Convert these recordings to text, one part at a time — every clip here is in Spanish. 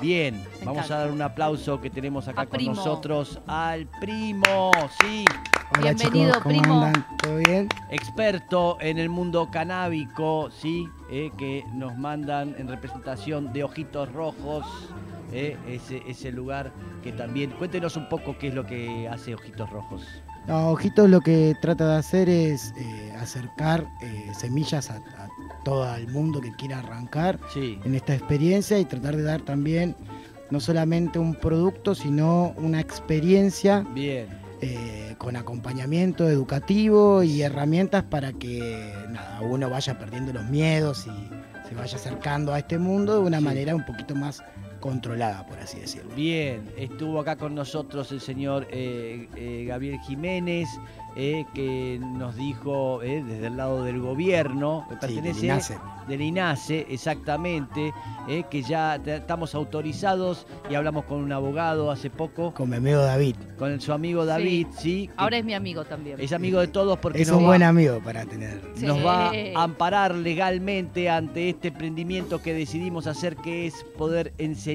Bien, vamos encanta. a dar un aplauso que tenemos acá A con Primo. nosotros al primo, sí, Hola Bienvenido, chicos, ¿cómo primo. andan? ¿Todo bien? experto en el mundo canábico, sí, eh, que nos mandan en representación de Ojitos Rojos, eh, ese, ese lugar que también, cuéntenos un poco qué es lo que hace Ojitos Rojos. No, Ojitos lo que trata de hacer es eh, acercar eh, semillas a, a todo el mundo que quiera arrancar Sí, en esta experiencia y tratar de dar también no solamente un producto, sino una experiencia bien, eh, con acompañamiento educativo y herramientas para que nada, uno vaya perdiendo los miedos y se vaya acercando a este mundo de una Sí. manera un poquito más controlada, por así decirlo. bien, estuvo acá con nosotros el señor eh, eh, Gabriel Jiménez, eh, que nos dijo eh, desde el lado del gobierno, que Sí, pertenece... del INASER. del INASE, E, exactamente, eh, que ya te- estamos autorizados y hablamos con un abogado hace poco, con mi amigo David. con su amigo David, sí, que Ahora es mi amigo también. es amigo de todos porque Es nos, un va, buen amigo para tener. Sí. nos va a amparar legalmente ante este emprendimiento que decidimos hacer, que es poder enseñar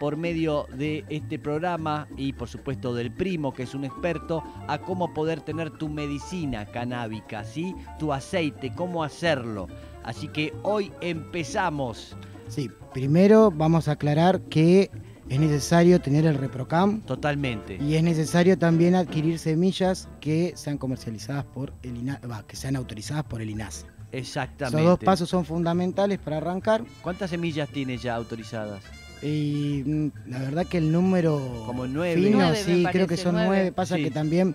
por medio de este programa y por supuesto del primo, que es un experto, a cómo poder tener tu medicina canábica, ¿sí? tu aceite, cómo hacerlo. Así que hoy empezamos. Sí, primero vamos a aclarar que es necesario tener el ReproCam Totalmente. y es necesario también adquirir semillas que sean comercializadas por el INA, va, que sean autorizadas por el INAS. Exactamente. Esos dos pasos son fundamentales para arrancar ¿Cuántas semillas tiene ya autorizadas? y mm, la verdad que el número Como nueve. fino, Nueve, me sí, creo que parece, son nueve. nueve. Pasa Sí. que también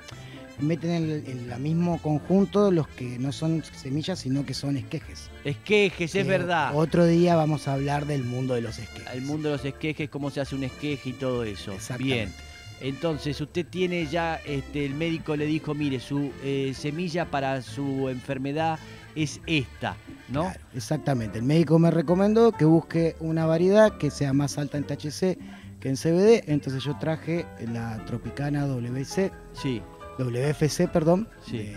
meten en el, en el mismo conjunto los que no son semillas sino que son esquejes. Esquejes, es Que verdad. Otro día vamos a hablar del mundo de los esquejes. El mundo de los esquejes, cómo se hace un esqueje y todo eso. Exactamente. Bien. Entonces, usted tiene ya, este, el médico le dijo, mire, su eh, semilla para su enfermedad es esta, ¿no? Claro, exactamente. El médico me recomendó que busque una variedad que sea más alta en THC que en CBD. Entonces yo traje la Tropicana WC, Sí, WFC, perdón, Sí. de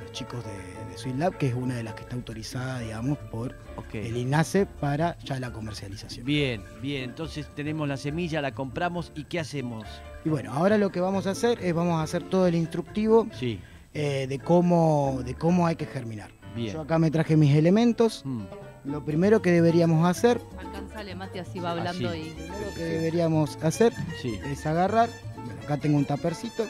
los chicos de, de Sweet Lab, que es una de las que está autorizada, digamos, por ok. el INASE E para ya la comercialización. Bien, bien. Entonces tenemos la semilla, la compramos y ¿qué hacemos? Y bueno, ahora lo que vamos a hacer es vamos a hacer todo el instructivo Sí, eh, de cómo de cómo hay que germinar. bien. Yo acá me traje mis elementos. Mm, Lo primero que deberíamos hacer, Alcanzale, Mati, así va hablando Así. y. lo que deberíamos hacer sí, es agarrar. Bueno, acá tengo un tapercito,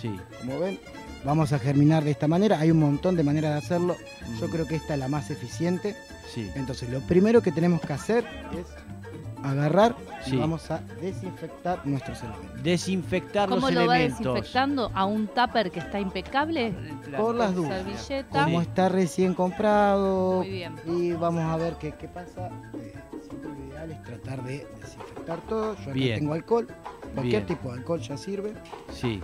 sí. como ven. Vamos a germinar de esta manera. Hay un montón de maneras de hacerlo. Yo Mm, creo que esta es la más eficiente. Sí, Entonces, lo primero que tenemos que hacer es agarrar Sí. y vamos a desinfectar nuestros elementos. desinfectar ¿Cómo los lo va elementos. desinfectando? ¿A un tupper que está impecable? Por las dudas. Servilleta. Como Sí. está recién comprado. Muy bien. Y vamos a ver qué, qué pasa. Eh, siempre lo ideal es tratar de desinfectar todo. Yo acá Bien. tengo alcohol. Cualquier Bien. tipo de alcohol ya sirve. Sí,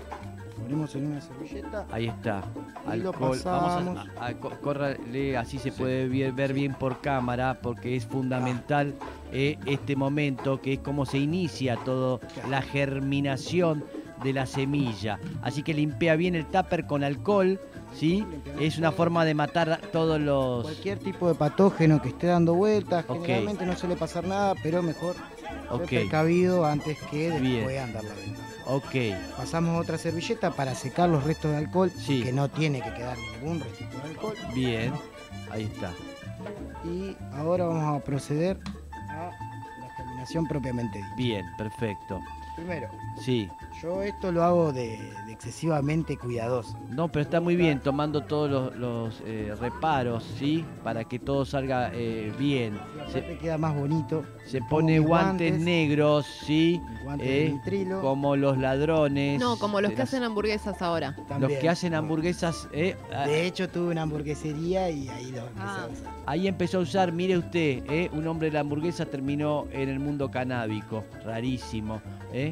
Ponemos en una servilleta. ahí está. Y lo Alcohol. Vamos pasamos. a, a- co- córrale, así se Sí. puede vi- ver bien por cámara, porque es fundamental Ah. eh, este momento, que es como se inicia todo, Claro. la germinación de la semilla. Así que limpia bien el tupper con alcohol, ¿sí? Limpiamos Es una todo. forma de matar todos los... Cualquier tipo de patógeno que esté dando vueltas, Ok. generalmente no suele pasar nada, pero mejor ser Ok. precavido antes que después Bien. andar la venta. Ok, Pasamos a otra servilleta para secar los restos de alcohol, Sí. que no tiene que quedar ningún restito de alcohol. bien. Ahí está. Y ahora vamos a proceder a la germinación propiamente dicha. Bien, perfecto. Primero, Sí. yo esto lo hago de, de excesivamente cuidadoso. No, pero está muy bien, tomando todos los, los, eh, reparos, ¿sí? Para que todo salga eh, bien. Y Se, aparte queda más bonito. se Pongo pone mis guantes, guantes. negros, ¿sí? Guantes Eh, de nitrilo. Como los ladrones. No, como los de que las- hacen hamburguesas ahora. Los también. que hacen hamburguesas, eh, ah, De hecho, tuve una hamburguesería y ahí lo empecé a Ah. usar. ahí empezó a usar, mire usted, eh, un hombre de la hamburguesa terminó en el mundo canábico, rarísimo, ¿eh?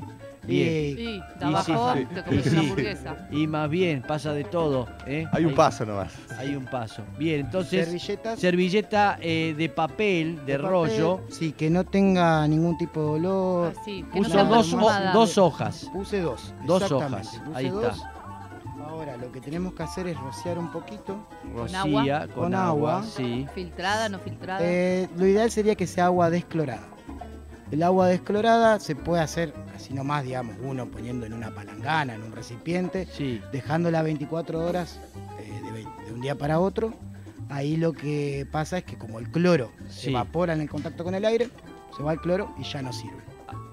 Bien. Y- Sí, sí, de abajo sí. te comes Sí. una hamburguesa. Y más bien, pasa de todo, ¿eh? Hay un paso nomás. Hay un paso. Bien, entonces, servilletas servilleta eh, de papel, de, papel, rollo. Sí, que no tenga ningún tipo de olor. Así, Ah, que no Puso sea dos, ho- perfumada. dos hojas. Puse dos. Dos exactamente, hojas, puse ahí dos. está. Ahora lo que tenemos que hacer es rociar un poquito. agua. Rocía, con, Con agua. agua. sí. Filtrada, no filtrada. Eh, lo ideal sería que sea agua desclorada. El agua desclorada se puede hacer así nomás, digamos, uno poniendo en una palangana, en un recipiente, Sí. dejándola 24 horas eh, de, vein- de un día para otro. Ahí lo que pasa es que como el cloro Sí. se evapora en el contacto con el aire, se va el cloro y ya no sirve.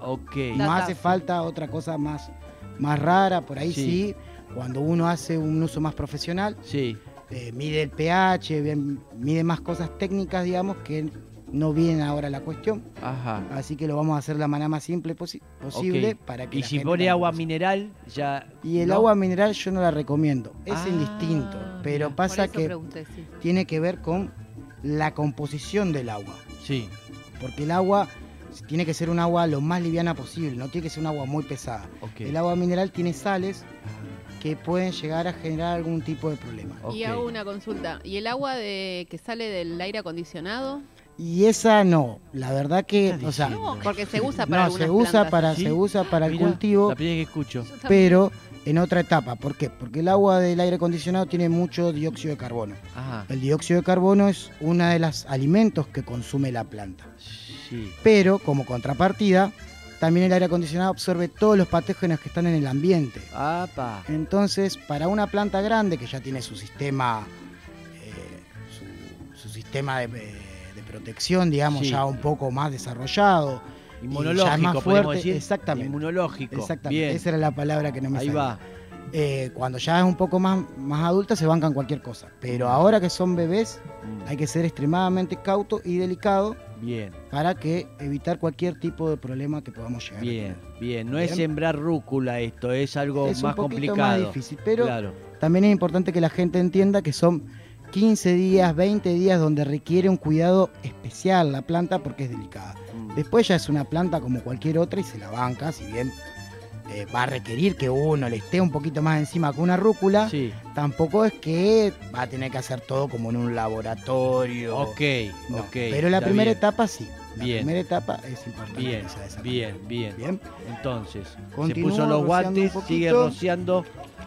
Ok. No Tata. hace falta otra cosa más, más rara, por ahí Sí. sí. Cuando uno hace un uso más profesional, Sí. eh, mide el pH, bien- mide más cosas técnicas, digamos, que no vienen ahora a la cuestión. Ajá. Así que lo vamos a hacer de la manera más simple posi- posible Ok. para que Y la si gente pone la agua use. mineral, ya. Y el ¿no? agua mineral yo no la recomiendo, es Ah, indistinto, pero Por pasa eso que pregunté, sí. tiene que ver con la composición del agua, Sí. porque el agua tiene que ser un agua lo más liviana posible, no tiene que ser un agua muy pesada. Ok. Ah. El agua mineral tiene sales que pueden llegar a generar algún tipo de problema. Ok. Y hago una consulta. ¿Y el agua de que sale del aire acondicionado? Y esa no, la verdad que, ¿Estás o sea, diciendo? No, porque se usa para no, algunas se usa plantas. para, ¿Sí? se usa para el Mirá, cultivo. La primera vez que escucho. Yo también. pero en otra etapa. ¿Por qué? Porque el agua del aire acondicionado tiene mucho dióxido de carbono. Ajá. El dióxido de carbono es uno de los alimentos que consume la planta. Sí. Pero, como contrapartida, también el aire acondicionado absorbe todos los patógenos que están en el ambiente. Apa. Entonces, para una planta grande que ya tiene su sistema, eh, su, su sistema de, eh, de protección, digamos, Sí. ya un poco más desarrollado, Inmunológico, más podemos fuerte, decir. exactamente. Inmunológico. exactamente, Bien. esa era la palabra que no me Ahí salía. va. Eh, cuando ya es un poco más, más adulta se bancan cualquier cosa. Pero ahora que son bebés Mm, hay que ser extremadamente cauto y delicado Bien, para que evitar cualquier tipo de problema que podamos llegar. a bien, tener. bien. No es Bien. sembrar rúcula esto, es algo es más un poquito complicado. más difícil, pero claro. también es importante que la gente entienda que son 15 días, 20 días donde requiere un cuidado especial la planta porque es delicada. Mm, Después ya es una planta como cualquier otra y se la banca, si bien eh, va a requerir que uno le esté un poquito más encima que una rúcula. Sí. Tampoco es que va a tener que hacer todo como en un laboratorio. Ok, No, ok. Pero la está primera bien, etapa sí. La Bien. primera etapa es importante. Bien, que sea esa bien, bien. Bien. Entonces, se Continúo puso los rociando guantes, un sigue poquito. rociando.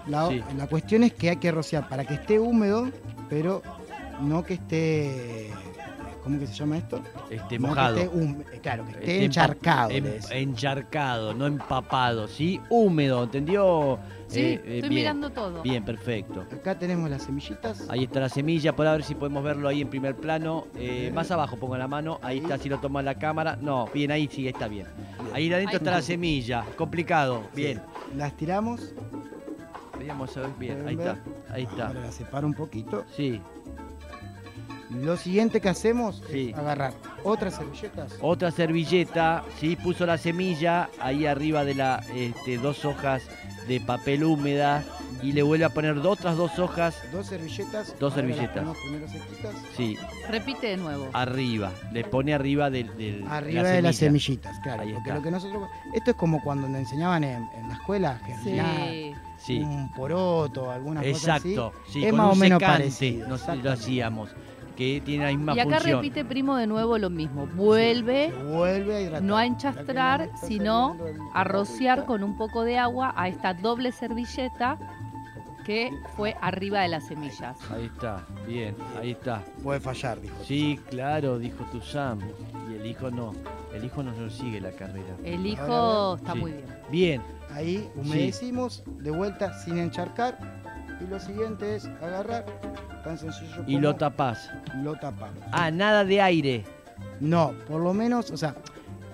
La, Sí. la cuestión es que hay que rociar para que esté húmedo, pero no que esté. ¿Cómo que se llama esto? Este, No que mojado. esté hum- claro, que esté, Este, empa- encharcado. em- le decimos. encharcado, no empapado, ¿sí? Húmedo, ¿entendió? Sí, Eh, eh, estoy bien, mirando todo. Bien, perfecto. Acá tenemos las semillitas. eh. Ahí está la semilla, por a ver si podemos verlo ahí en primer plano. Eh, más abajo, ponga la mano. Ahí está, si lo toma la cámara. No, bien, ahí sí, está bien. Ahí adentro Ahí está la semilla. Complicado. Sí. Bien. Las tiramos. Veamos a ver bien. Ahí ¿Pueden ver? está. Ahí está. Ahora las separo un poquito. Sí. Lo siguiente que hacemos Sí. Oh, es agarrar otras servilletas. Otra servilleta. Sí, puso la semilla ahí arriba de las dos hojas de papel húmeda. Y le vuelve a poner otras dos hojas. Dos servilletas. Dos Ahora las servilletas. ponemos primero sequitas. Sí, Repite de nuevo. Ah, arriba. Le pone arriba del, del- Arriba de las semilla. semillitas, claro. Ahí Porque está. lo que nosotros. Esto es como cuando nos enseñaban en, en la escuela, que Sí. hacía Sí. un poroto, alguna cosa Exacto, sí, Es con más un o menos secante parecido, nos- lo exactamente. hacíamos, que tiene la misma Y acá función. repite primo de nuevo lo mismo. así. Vuelve Se Vuelve a hidratar. no a Ya enchastrar, que no está sino saliendo el- a rociar el- con un poco de agua a esta doble servilleta que fue arriba de las semillas. Ahí está, bien, ahí está. Puede fallar, dijo. Sí, claro, dijo tu Sam. Y el hijo no, el hijo no nos sigue la carrera. El Ahora, hijo está Sí. muy bien. Bien, Ahí humedecimos de vuelta sin encharcar. Y lo siguiente es agarrar. Tan sencillo y como lo tapás. lo tapamos. Ah, nada de aire. No, por lo menos, o sea,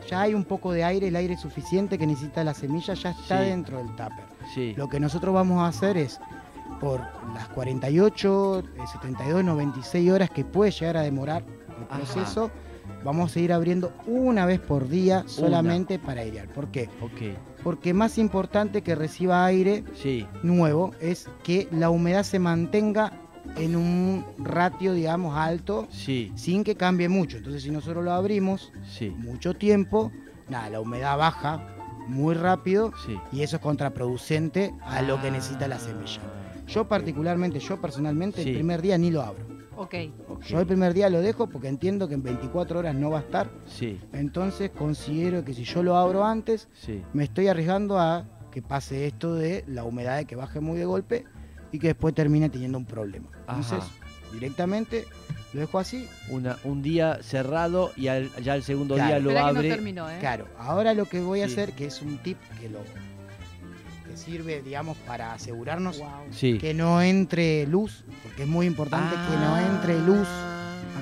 ya hay un poco de aire, el aire suficiente que necesita la semilla ya está Sí. dentro del tupper. Sí, Lo que nosotros vamos a hacer es, por las 48, eh, 72, 96 horas que puede llegar a demorar el Ajá. proceso, vamos a ir abriendo una vez por día solamente para airear. ¿Por qué? ok, Porque más importante que reciba aire sí, nuevo es que la humedad se mantenga en un ratio, digamos, alto, sí, sin que cambie mucho. Entonces, si nosotros lo abrimos sí, mucho tiempo, nada, la humedad baja muy rápido sí. Ah, y eso es contraproducente a lo que necesita la semilla. Yo particularmente, yo personalmente, Sí. el primer día ni lo abro. Ok. Ok, Yo el primer día lo dejo porque entiendo que en 24 horas no va a estar. Sí, Entonces considero que si yo lo abro antes, sí, me estoy arriesgando a que pase esto de la humedad de que baje muy de golpe y que después termine teniendo un problema. Ajá, ¿Eh? Entonces, directamente lo dejo así. Una, un día cerrado y al- ya el segundo Claro. día lo Espera que no abre. terminó, ¿eh? Claro, ahora lo que voy a Sí. hacer, que es un tip que lo que sirve, digamos, para asegurarnos Guau. sí. que no entre luz, porque es muy importante que no Ah. entre luz.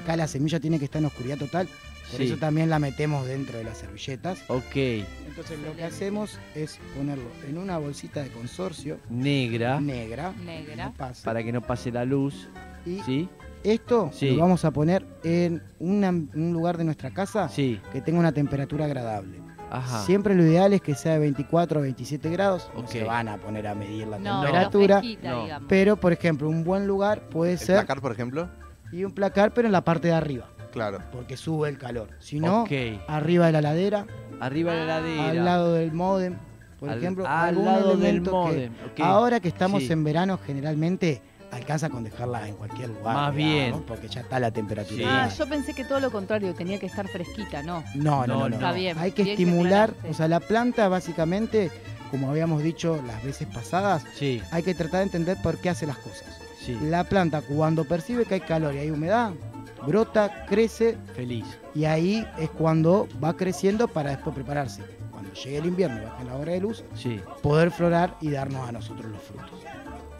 Acá la semilla tiene que estar en oscuridad total, por sí. eso también la metemos dentro de las servilletas. Ok, Entonces lo que hacemos es ponerlo en una bolsita de consorcio negra, negra, Negra. no pase, Ah. para que no pase la luz. y ¿Sí? esto Sí. lo vamos a poner en una- un lugar de nuestra casa Sí. que tenga una temperatura agradable. Ajá. Siempre lo ideal es que sea de 24 o 27 grados. No Ok. se van a poner a medir la No, temperatura. no fresquita, No. digamos. Pero, por ejemplo, un buen lugar puede El ser placar, por ejemplo. y un placar, pero en la parte de arriba, Claro. porque sube el calor. Si no, Ok. arriba de la ladera, Arriba de la ladera. al lado del modem, por Al- ejemplo. al algún lado del elemento que- modem. ok. Ahora que estamos Sí. en verano, generalmente alcanza con dejarla en cualquier lugar. Más digamos, bien. Porque ya está la temperatura. Sí. Ah, ideal. yo pensé que todo lo contrario, tenía que estar fresquita, ¿no? No, No, no, no, no. no. Está bien, Hay que bien que estimular, aclaraste. o sea, la planta básicamente, como habíamos dicho las veces pasadas, Sí, hay que tratar de entender por qué hace las cosas. sí. La planta cuando percibe que hay calor y hay humedad, brota, crece Feliz. y ahí es cuando va creciendo para después prepararse. Cuando llegue el invierno y baje la hora de luz, Sí. poder florar y darnos a nosotros los frutos.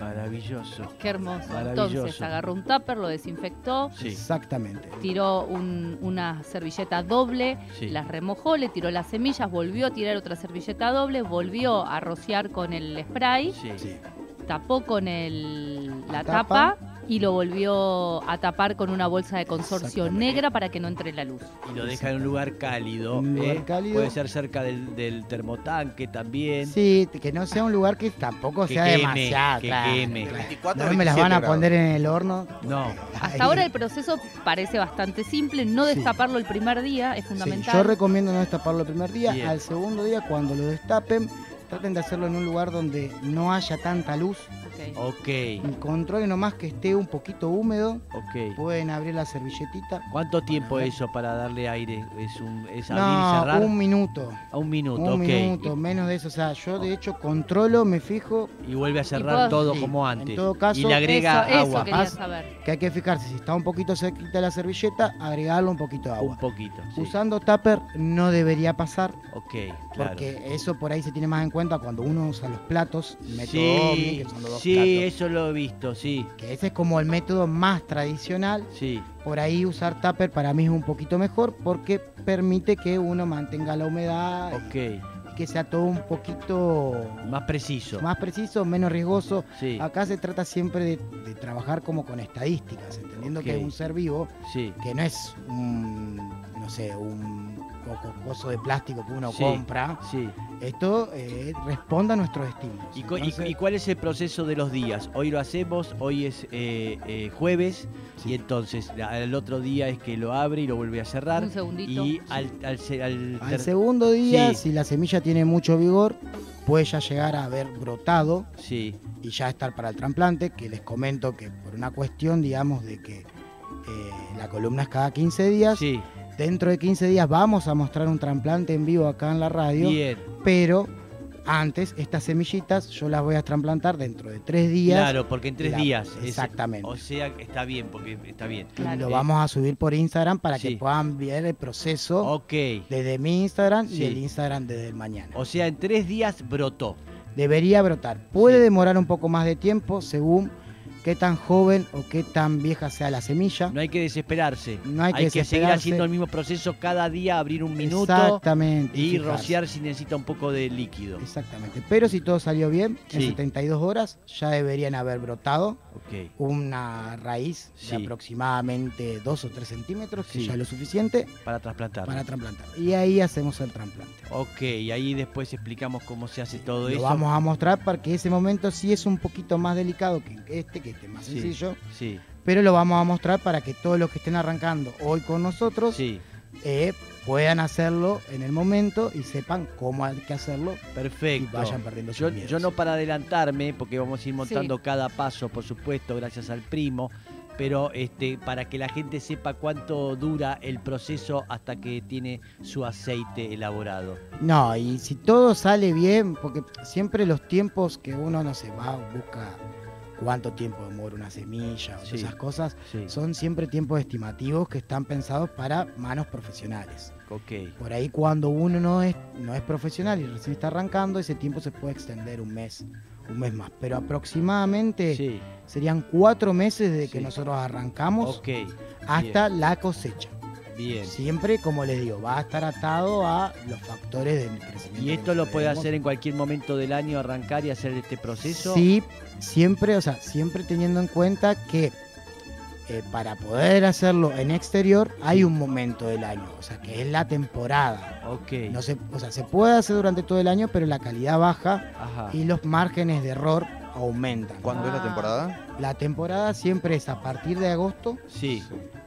Maravilloso. Qué hermoso. Maravilloso. Entonces agarró un tupper, lo desinfectó, Sí, Exactamente. tiró un- una servilleta doble, sí. las remojó, le tiró las semillas, volvió a tirar otra servilleta doble, volvió a rociar con el spray, Sí. Sí. tapó con el, la La tapa tapa. y lo volvió a tapar con una bolsa de consorcio Exactamente. negra para que no entre la luz. Y lo deja en un lugar cálido. Un lugar ¿eh? cálido. Puede ser cerca del, del termotanque también. Sí, que no sea un lugar que tampoco Que sea queme, demasiado. que claro, queme. claro. 24 No me las van a 27 poner en el horno. No. Ahí. Hasta ahora el proceso parece bastante simple, no Sí. destaparlo el primer día es Sí, fundamental. yo recomiendo no destaparlo el primer día. Bien. Al segundo día, cuando lo destapen, traten de hacerlo en un lugar donde no haya tanta luz. Ok. Ok, Controlen nomás que esté un poquito húmedo. ok. Pueden abrir la servilletita. ¿Cuánto tiempo eso para darle aire? ¿Es, un, es abrir y No, cerrar? un minuto. A un minuto, Un ok. minuto, menos de eso. O sea, yo de hecho controlo, me fijo Y, y vuelve a cerrar puedo- todo Sí, como en antes. todo caso, y le agrega eso, eso agua. quería Más- saber. que hay que fijarse. Si está un poquito cerquita de la servilleta, agregarle un poquito de un agua. poquito. Uh, sí. Usando tupper no debería pasar Ok, claro. Porque eso por ahí se tiene más en cuenta cuando uno usa los platos, el método ovni, sí, que son los dos sí, platos, eso lo he visto, sí, que ese es como el método más tradicional. sí. Por ahí usar tupper para mí es un poquito mejor porque permite que uno mantenga la humedad y- Ok, y que sea todo un poquito más preciso. más preciso, menos riesgoso. Sí, Acá se trata siempre de, de trabajar como con estadísticas, entendiendo Ok. que es un ser vivo, sí, que no es un, no sé, un coco- coso de plástico que uno Sí. compra. sí. Esto eh, responde a nuestros estímulos. ¿Y, cu- y- Entonces, y cuál es el proceso de los días? Hoy lo hacemos, hoy es eh, eh, jueves y entonces al otro día es que lo abre y lo vuelve a cerrar. Un segundito. Y al, al, se- al al ter- segundo día, Sí. si la semilla tiene mucho vigor, puede ya llegar a haber brotado Sí, y ya estar para el trasplante, que les comento que por una cuestión, digamos, de que eh, la columna es cada 15 días, sí, dentro de 15 días vamos a mostrar un trasplante en vivo acá en la radio, bien, pero antes estas semillitas yo las voy a trasplantar dentro de 3 días. claro, porque en tres la- días. es- exactamente. o sea, que está bien, porque está bien. Y Claro. Lo vamos a subir por Instagram para Sí. que puedan ver el proceso. Ok, desde mi Instagram Sí. y el Instagram desde el mañana. o sea, en tres días brotó. Debería brotar. Puede Sí. demorar un poco más de tiempo según qué tan joven o qué tan vieja sea la semilla. No hay que desesperarse. No hay que seguir desesperarse. haciendo el mismo proceso cada día, abrir un minuto Exactamente. y fijarse. rociar si necesita un poco de líquido. Exactamente. Pero si todo salió bien, en Sí. 72 horas ya deberían haber brotado Ok, una raíz Sí. de aproximadamente 2 o 3 centímetros, que Sí. ya es lo suficiente para trasplantar. para trasplantar. Y ahí hacemos el trasplante. Ok, y ahí después explicamos cómo se hace todo Lo eso. vamos a mostrar porque ese momento sí es un poquito más delicado que este, que este es más Sí. sencillo. Sí, pero lo vamos a mostrar para que todos los que estén arrancando hoy con nosotros sí, eh, puedan hacerlo en el momento y sepan cómo hay que hacerlo y perfecto. vayan perdiendo Yo, sus miedos. yo no para adelantarme, porque vamos a ir montando Sí. cada paso, por supuesto, gracias al primo, pero este, para que la gente sepa cuánto dura el proceso hasta que tiene su aceite elaborado. No, y si todo sale bien, porque siempre los tiempos que uno, no se va, busca cuánto tiempo demora una semilla o Sí. esas cosas, Sí. son siempre tiempos estimativos que están pensados para manos profesionales. Ok. Por ahí cuando uno no es, no es profesional y recién está arrancando, ese tiempo se puede extender un mes, un mes más. Pero aproximadamente Sí. serían cuatro meses desde que Sí. nosotros arrancamos Ok. hasta la cosecha. Bien. Siempre, como les digo, va a estar atado a los factores del crecimiento. ¿Y que esto lo puede nosotros hacer en cualquier momento del año, arrancar y hacer este proceso? Sí, siempre, o sea, siempre teniendo en cuenta que eh, para poder hacerlo en exterior hay un momento del año, o sea, que es la temporada. Ok. No se, o sea, se puede hacer durante todo el año, pero la calidad baja Ajá. y los márgenes de error aumentan. ¿Cuándo es Ah. la temporada? La temporada siempre es a partir de agosto Sí.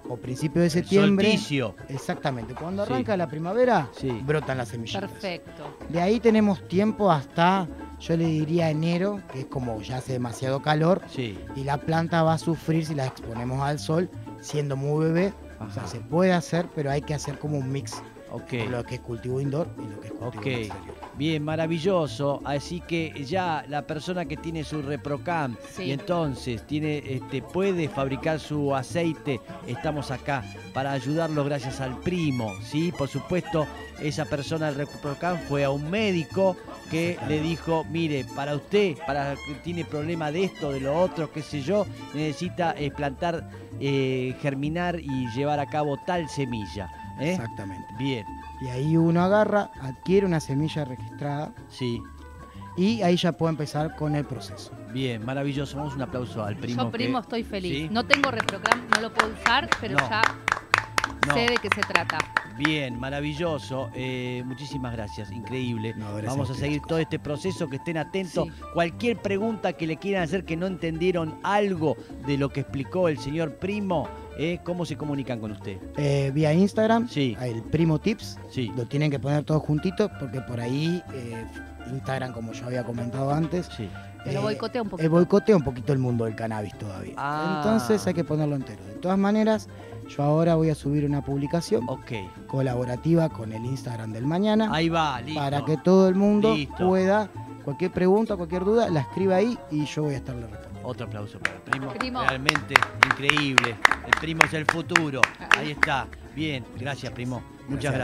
o principio de septiembre. Solsticio. Exactamente, cuando Sí. arranca la primavera, Sí. brotan las semillitas. Perfecto. De ahí tenemos tiempo hasta, yo le diría enero, que es como ya hace demasiado calor, Sí. y la planta va a sufrir si la exponemos al sol, siendo muy bebé. O sea, Ajá. se puede hacer, pero hay que hacer como un mix Ok. con lo que es cultivo indoor y lo que es cultivo Ok. exterior. Bien, maravilloso. Así que ya la persona que tiene su reprocam Sí. y entonces tiene, este, puede fabricar su aceite, estamos acá para ayudarlo gracias al primo. ¿sí? Por supuesto, esa persona del reprocam fue a un médico que le dijo, mire, para usted, para que tiene problema de esto, de lo otro, qué sé yo, necesita eh, plantar, eh, germinar y llevar a cabo tal semilla. ¿eh? Exactamente. Bien, Y ahí uno agarra, adquiere una semilla registrada sí. y ahí ya puede empezar con el proceso. Bien, maravilloso. Vamos un aplauso al primo. Yo, primo, que- estoy feliz. Sí. No tengo reprogram, no lo puedo usar, pero No. ya No, sé de qué se trata. Bien, maravilloso. Eh, muchísimas gracias, increíble. No, gracias Vamos a a ustedes, seguir chicos. todo este proceso, que estén atentos. Sí. Cualquier pregunta que le quieran hacer que no entendieron algo de lo que explicó el señor primo, eh, ¿cómo se comunican con usted? Eh, vía Instagram, Sí. el primo tips, Sí, lo tienen que poner todos juntitos porque por ahí eh, Instagram, como yo había comentado antes, sí. Me lo eh, boicotea un poquito. eh, boicotea un poquito el mundo del cannabis todavía. Ah. Entonces hay que ponerlo entero. De todas maneras, yo ahora voy a subir una publicación Ok. colaborativa con el Instagram del mañana Ahí va, listo. para que todo el mundo Listo. pueda, cualquier pregunta, cualquier duda, la escriba ahí y yo voy a estarle respondiendo. Otro aplauso para el primo. Primo. Realmente increíble. El primo es el futuro. Ahí está. Bien, gracias, primo. Muchas gracias. Gracias.